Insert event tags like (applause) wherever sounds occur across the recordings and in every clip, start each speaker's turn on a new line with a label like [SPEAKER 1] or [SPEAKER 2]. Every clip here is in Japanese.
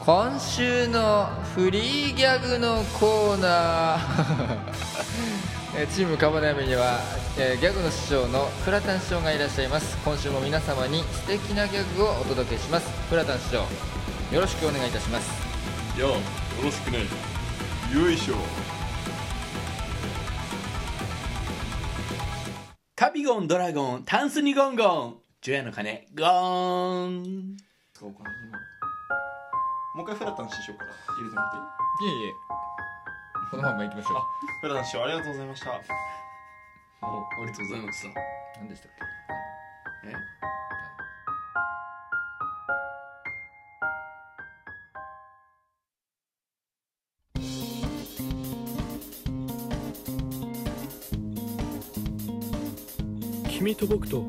[SPEAKER 1] 今週のフリーギャグのコーナー (laughs) えチームカバナミには、えーギャグの師匠のフラタン師匠がいらっしゃいます今週も皆様に素敵なギャグをお届けしますフラタン師匠よろしくお願いいたします
[SPEAKER 2] いやよろしくねよいしょ
[SPEAKER 3] カビゴンドラゴンタンスにゴンゴン除夜の鐘ゴーン
[SPEAKER 2] そうかな今もう一回フラタン師匠から入れてもらっていい
[SPEAKER 1] いえいえこのまま行きましょ
[SPEAKER 2] あフラタン師匠ありがとうございました
[SPEAKER 3] ありがとうございました
[SPEAKER 1] う何でしたっ
[SPEAKER 3] え
[SPEAKER 4] 君と僕と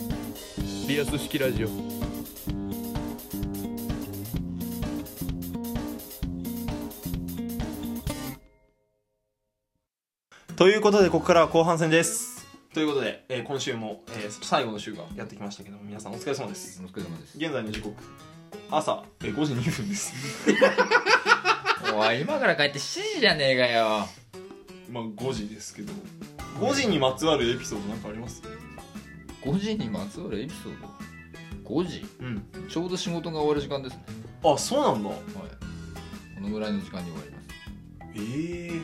[SPEAKER 4] リアス式ラジオ
[SPEAKER 2] ということでここからは後半戦ですということで、えー今週も、えー最後の週がやってきましたけども皆さんお疲れ様です
[SPEAKER 1] けお疲れ様です
[SPEAKER 2] 現在の時刻朝、えー5時2分です (laughs)
[SPEAKER 1] おい今から帰って7時じゃねえかよ
[SPEAKER 2] まあ5時ですけど5時にまつわるエピソードなんかあります
[SPEAKER 1] 5時にまつわるエピソード5時
[SPEAKER 2] うん
[SPEAKER 1] ちょうど仕事が終わる時間ですね
[SPEAKER 2] あそうなんだ
[SPEAKER 1] はいこのぐらいの時間に終わります
[SPEAKER 2] ええー、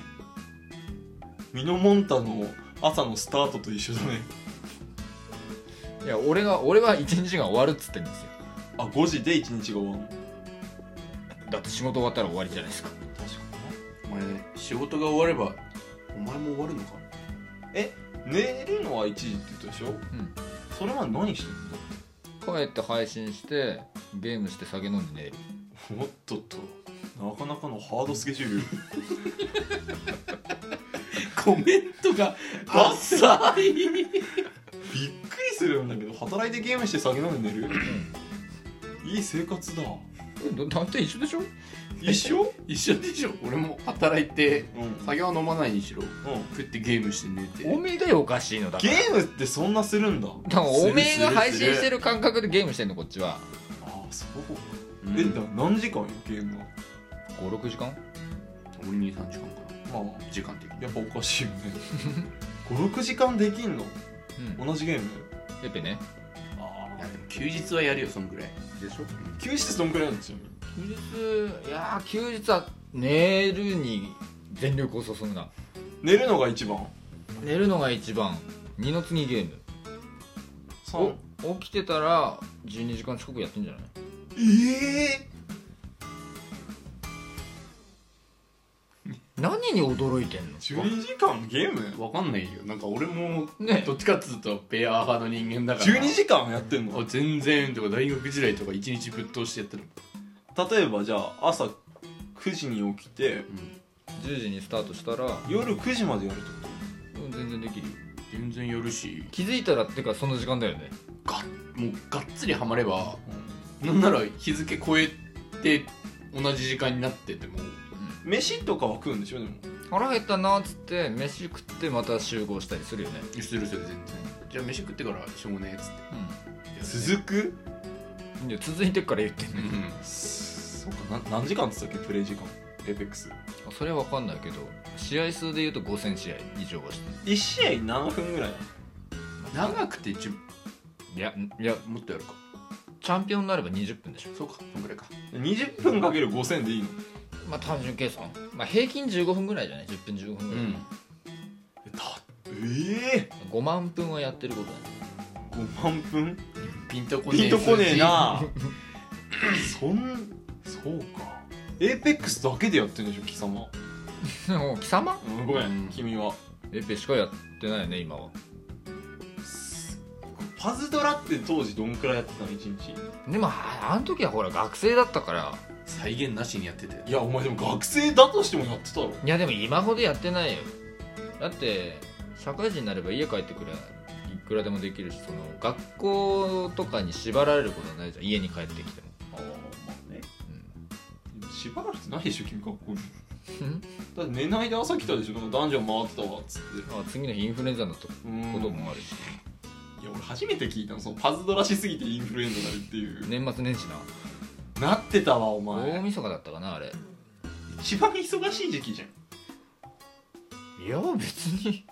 [SPEAKER 2] ミノモンタの朝のスタートと一緒だね
[SPEAKER 1] いや俺が俺は一日が終わるっつってんですよ
[SPEAKER 2] あ5時で1日が終わる
[SPEAKER 1] だって仕事終わったら終わりじゃないですか
[SPEAKER 2] 確かに
[SPEAKER 3] お前仕事が終わればお前も終わるのか
[SPEAKER 2] 寝るのは1時って言ったでしょ、うん、それは何してん
[SPEAKER 1] 帰って配信してゲームして酒飲んで寝る
[SPEAKER 2] のおっとっとなかなかのハードスケジュール
[SPEAKER 3] (laughs)
[SPEAKER 2] (laughs)
[SPEAKER 3] コメントが浅い
[SPEAKER 2] びっくりするんだけど働いてゲームして酒飲んで寝るいい生活だ
[SPEAKER 1] だ大体一緒でしょ (laughs)
[SPEAKER 2] 一緒
[SPEAKER 3] (laughs) 一緒でしょ俺も働いて
[SPEAKER 2] うん、うん、
[SPEAKER 3] 酒は飲まないにしろ食ってゲームして寝
[SPEAKER 1] お
[SPEAKER 3] て
[SPEAKER 1] めえだよおかしいのだか
[SPEAKER 2] ゲ
[SPEAKER 1] ら
[SPEAKER 2] ームってそんなするんだ
[SPEAKER 1] 多分 (laughs) おめえが配信し
[SPEAKER 2] す
[SPEAKER 1] て
[SPEAKER 2] る
[SPEAKER 1] る感覚でゲームしてんのこっちは
[SPEAKER 2] ああそうか
[SPEAKER 3] うん
[SPEAKER 2] えだから何時間よゲームは
[SPEAKER 1] 56時間
[SPEAKER 3] 俺に3時間か
[SPEAKER 2] まあ
[SPEAKER 3] な時間的に
[SPEAKER 2] やっぱおかしいよ (laughs) ね56時間できんの
[SPEAKER 1] うん
[SPEAKER 2] 同じゲーム
[SPEAKER 1] ペペね
[SPEAKER 2] あ
[SPEAKER 3] いやでも休日はやるよそんぐらい
[SPEAKER 1] でしょ
[SPEAKER 2] 休止ってどんくらいなんですよ
[SPEAKER 1] 休日いやー休日は寝るに全力を注ぐな
[SPEAKER 2] 寝るのが一番
[SPEAKER 1] 寝るのが一番二の次ゲーム
[SPEAKER 2] 三
[SPEAKER 1] お起きてたら12時間近くやってんじゃない
[SPEAKER 2] ええ
[SPEAKER 1] 何に驚いてんの
[SPEAKER 2] 12時間ゲーム
[SPEAKER 3] わかんないよなんか俺も
[SPEAKER 1] ね
[SPEAKER 3] どっちかっつうとペア派の人間だから
[SPEAKER 2] ?12 時間やってんの
[SPEAKER 3] あ全然とか大学時代とか一日ぶっ通してやってる
[SPEAKER 2] 例えばじゃあ朝9時に起きて
[SPEAKER 3] もん、うん、
[SPEAKER 1] 10時にスタートしたら
[SPEAKER 2] 夜9時までやるってこ
[SPEAKER 1] うん全然できるよ
[SPEAKER 3] 全然やるし
[SPEAKER 1] 気づいたらってかその時間だよね
[SPEAKER 3] がもうがっつりハマれば
[SPEAKER 2] と、
[SPEAKER 3] なんなら日付超えて同じ時間になってても
[SPEAKER 2] 飯とかは食うんでしょでも
[SPEAKER 1] 腹減ったなっつって飯食ってまた集合したりするよね
[SPEAKER 3] するする全然じゃあ飯食ってからしょうがねえっつって
[SPEAKER 2] 続く
[SPEAKER 1] うんいや続いてっから言ってん
[SPEAKER 3] う
[SPEAKER 1] の
[SPEAKER 3] ん
[SPEAKER 2] そっかな何時間っつったっけプレイ時間エーペックス
[SPEAKER 1] (laughs) それは分かんないけど試合数で言うと5000試合以上はして
[SPEAKER 2] 1試合何分ぐらい
[SPEAKER 3] 長くて10
[SPEAKER 1] いやいや
[SPEAKER 3] もっとやるか
[SPEAKER 1] チャンピオンになれば20分でしょ
[SPEAKER 3] そうかそんぐらいか
[SPEAKER 2] 20分かける5000でいいの
[SPEAKER 1] まあ単純計算まあ平均15分ぐらいじゃない10分15分
[SPEAKER 3] う
[SPEAKER 1] ぐらい、
[SPEAKER 3] ん
[SPEAKER 2] たええ
[SPEAKER 1] 5万分はやってることだね
[SPEAKER 2] 5万分
[SPEAKER 3] ピンとこねえ
[SPEAKER 2] ピンとこねえな (laughs) そんそうかエーペックスだけでやってるんでしょ貴様
[SPEAKER 1] で (laughs) も貴様
[SPEAKER 2] うんごめ
[SPEAKER 3] うん
[SPEAKER 2] ん君は
[SPEAKER 1] エペしかやってないよね今は
[SPEAKER 2] パズドラって当時どんくらいやってたの1日
[SPEAKER 1] でもああの時はほら学生だったから
[SPEAKER 3] 再現なしにやってて
[SPEAKER 2] いやお前でも学生だとしてもやってたろ
[SPEAKER 1] いやでも今ほどやってないよだって社会人になれば家帰ってくれいくらでもできるしその学校とかに縛られることはないじゃん家に帰ってきても、
[SPEAKER 2] ああまあね縛られてないでしょ君学校に
[SPEAKER 1] うん、
[SPEAKER 2] だって寝ないで朝来たでしょなんかダンジョン回ってたわっつって
[SPEAKER 1] あ次の日インフルエンザのとこ
[SPEAKER 2] うん
[SPEAKER 1] ともあるし、
[SPEAKER 2] いや俺初めて聞いたのそのパズドラしすぎてインフルエンザになるっていう
[SPEAKER 1] 年末年始な
[SPEAKER 2] なってたわお
[SPEAKER 1] 大
[SPEAKER 2] 前
[SPEAKER 1] 晦日だったかなあれ
[SPEAKER 2] 一番忙しい時期じゃん
[SPEAKER 1] いや別に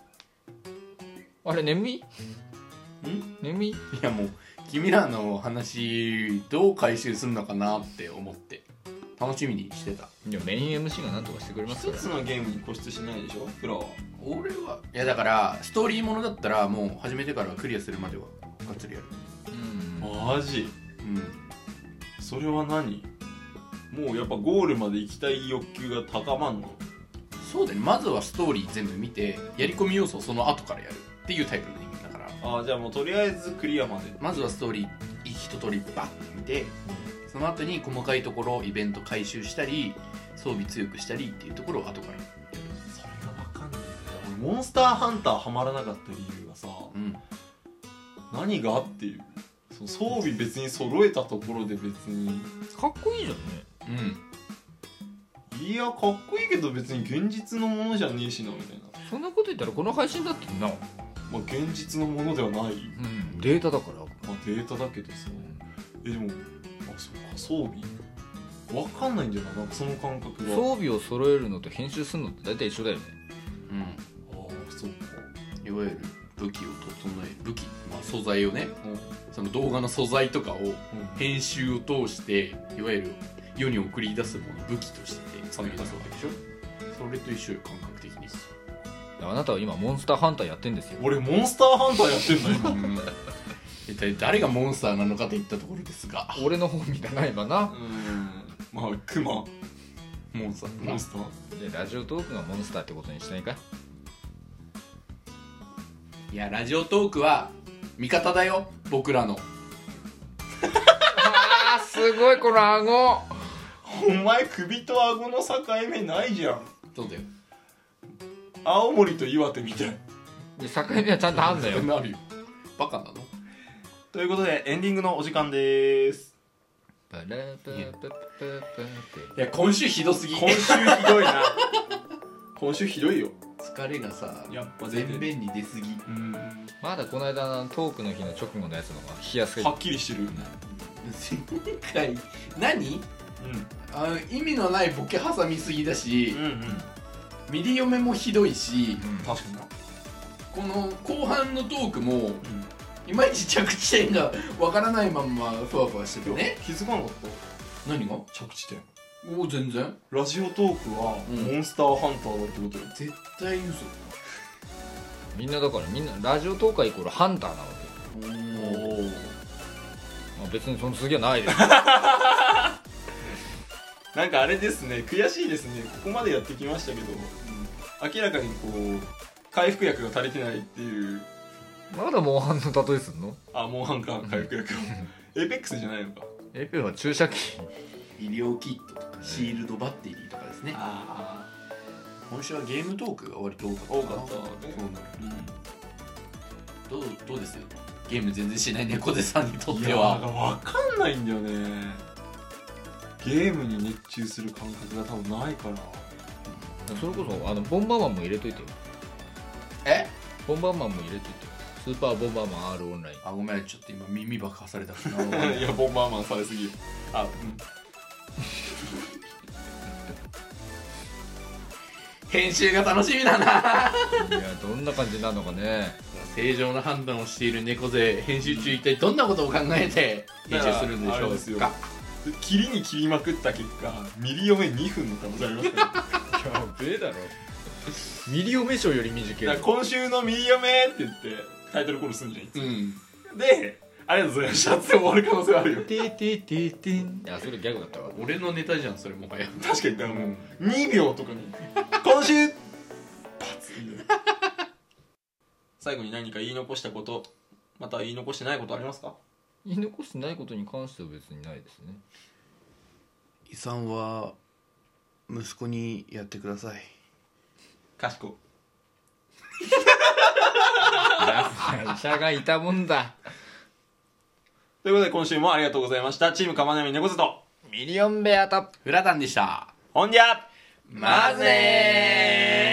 [SPEAKER 1] あれ眠い
[SPEAKER 2] ん
[SPEAKER 1] 眠い
[SPEAKER 3] いやもう君らの話どう回収するのかなって思って楽しみにしてた
[SPEAKER 1] いやメイン MC がなんとかしてくれます
[SPEAKER 2] 一
[SPEAKER 1] か
[SPEAKER 2] つのゲームに固執しないでしょプロ
[SPEAKER 3] 俺はいやだからストーリーものだったらもう始めてからクリアするまではがっつりやる
[SPEAKER 1] らうん
[SPEAKER 2] マジ
[SPEAKER 3] うん
[SPEAKER 2] それは何もうやっぱゴールまで行きたい欲求が高まんの
[SPEAKER 3] そうだねまずはストーリー全部見てやり込み要素をその後からやるっていうタイプの人間だから
[SPEAKER 2] ああじゃあもうとりあえずクリアまで
[SPEAKER 3] まずはストーリー一通りバッて見てその後に細かいところイベント回収したり装備強くしたりっていうところを後からやる
[SPEAKER 2] それが分かんないんだよモンスターハンターハマらなかった理由がさ
[SPEAKER 3] うん
[SPEAKER 2] 何がっていうその装備別に揃えたところで別に
[SPEAKER 1] かっこいいじゃんね
[SPEAKER 3] うん
[SPEAKER 2] いやかっこいいけど別に現実のものじゃねえしなみたいな
[SPEAKER 1] そんなこと言ったらこの配信だってな、う
[SPEAKER 2] まあ現実のものではない
[SPEAKER 1] ん、データだから
[SPEAKER 2] まあデータだけどさえでもあそうか装備分かんないんだよななんかその感覚が
[SPEAKER 1] 装備を揃えるのと編集するのって大体一緒だよね
[SPEAKER 3] う
[SPEAKER 2] ああそうか
[SPEAKER 3] んいわゆる武器を整え武器、まあ、素材をね
[SPEAKER 2] うん
[SPEAKER 3] その動画の素材とかを
[SPEAKER 2] うん
[SPEAKER 3] 編集を通していわゆる世に送り出すものを武器として使い出すわけでしょそれと一緒よ感覚的に
[SPEAKER 1] あなたは今モンスターハンターやってんですよ
[SPEAKER 2] 俺モンスターハンターやってんだよ
[SPEAKER 3] うん一体誰がモンスターなのかといったところですが
[SPEAKER 1] 俺の本見らないわな
[SPEAKER 2] うんまあクマ
[SPEAKER 3] モンスター
[SPEAKER 2] モンスター
[SPEAKER 1] でラジオトークがモンスターってことにしないかい
[SPEAKER 3] いやラジオトークは味方だよ僕らの
[SPEAKER 1] あーすごいこの顎
[SPEAKER 2] お前首と顎の境目ないじゃん
[SPEAKER 3] そうだよ
[SPEAKER 2] 青森と岩手みたい
[SPEAKER 1] で境目はちゃんとあんだよ
[SPEAKER 3] なるよバカなの
[SPEAKER 2] ということでエンディングのお時間です
[SPEAKER 1] パラパパパパって
[SPEAKER 3] いや今週ひどすぎ
[SPEAKER 2] 今週ひどい (laughs) な今週ひどいよ
[SPEAKER 3] 疲れがさ
[SPEAKER 2] やっぱ出て
[SPEAKER 3] 全
[SPEAKER 2] る
[SPEAKER 3] 面に出すぎ
[SPEAKER 2] うんは
[SPEAKER 1] まだこの間のトークの日の直後のやつの方が冷やすい
[SPEAKER 2] っきりしてるよね
[SPEAKER 3] 前回 (laughs) 何あの意味のないボケ挟みすぎだし
[SPEAKER 2] うんうん
[SPEAKER 3] ミリ嫁もひどいし
[SPEAKER 2] 確かにな
[SPEAKER 3] この後半のトークもいまいち着地点がわからないまんまふわふわしててね
[SPEAKER 2] ね気づかなかっ
[SPEAKER 3] 何がお
[SPEAKER 2] た着地点
[SPEAKER 3] お全然
[SPEAKER 2] ラジオトークは
[SPEAKER 3] うん
[SPEAKER 2] モンスターハンターだってことよ
[SPEAKER 3] 絶対嘘
[SPEAKER 1] みんなだからみんなラジオトークイコールハンターなわけよ
[SPEAKER 3] お
[SPEAKER 2] お
[SPEAKER 1] まあ別にその次はないです
[SPEAKER 2] なんかあれですね悔しいですねここまでやってきましたけど、明らかにこう回復薬が足りてないっていう
[SPEAKER 1] まだモンハンの例えすんの
[SPEAKER 2] あモンハンか回復薬をエイペックスじゃないのか
[SPEAKER 1] エペは注射器
[SPEAKER 3] 医療キットとかシールドバッテリーとかですね
[SPEAKER 2] あ
[SPEAKER 3] 今週はゲームトークが割と多かった
[SPEAKER 2] 多かったね
[SPEAKER 3] そうなる
[SPEAKER 2] あ
[SPEAKER 3] どうどうですよゲーム全然しない猫背さんにとっ
[SPEAKER 2] な
[SPEAKER 3] て
[SPEAKER 2] んか
[SPEAKER 3] は
[SPEAKER 2] 分かんないんだよねゲームに熱中する感覚が多分ないから
[SPEAKER 1] それこそあのボンバーマンも入れといてよ
[SPEAKER 3] え
[SPEAKER 1] ボンバーマンも入れといてよスーパーボンバーマン R オンライン
[SPEAKER 3] あごめんちょっと今耳爆破されたか
[SPEAKER 2] いやボンバーマンされすぎよあうん
[SPEAKER 3] 編集が楽しみだない
[SPEAKER 1] やどんな感じになるのかね
[SPEAKER 3] 正常な判断をしている猫背編集中一体どんなことを考えて編集するんで
[SPEAKER 2] だからあれで
[SPEAKER 3] し
[SPEAKER 2] す
[SPEAKER 3] ょう
[SPEAKER 2] よ
[SPEAKER 3] か
[SPEAKER 2] 切りに切りまくった結果ミリオメ2分の可能性ありますから
[SPEAKER 1] やべえだろミリオメ賞より短い
[SPEAKER 2] だから今週の「ミリオメ」って言ってタイトルコールすんじゃんいつ
[SPEAKER 3] うん
[SPEAKER 2] もで「ありがとうございました」って終わる可能性あるよ
[SPEAKER 1] ティティティティンいやそれギャグだったわ
[SPEAKER 3] 俺のネタじゃんそれもはや
[SPEAKER 2] 確かにだからもう2秒とかに「今週!」パツ最後に何か言い残したことまた言い残してないことありますか
[SPEAKER 1] 言い残してないことに関しては別にないですね
[SPEAKER 3] 遺産は息子にやってください
[SPEAKER 2] かしこ
[SPEAKER 1] やっぱ医者がいたもん (laughs) だ
[SPEAKER 2] ということで今週もありがとうございましたチーム釜並猫背と
[SPEAKER 1] ミリオンベアタップ
[SPEAKER 3] フラタンでした
[SPEAKER 2] ほんじゃ
[SPEAKER 3] まずねー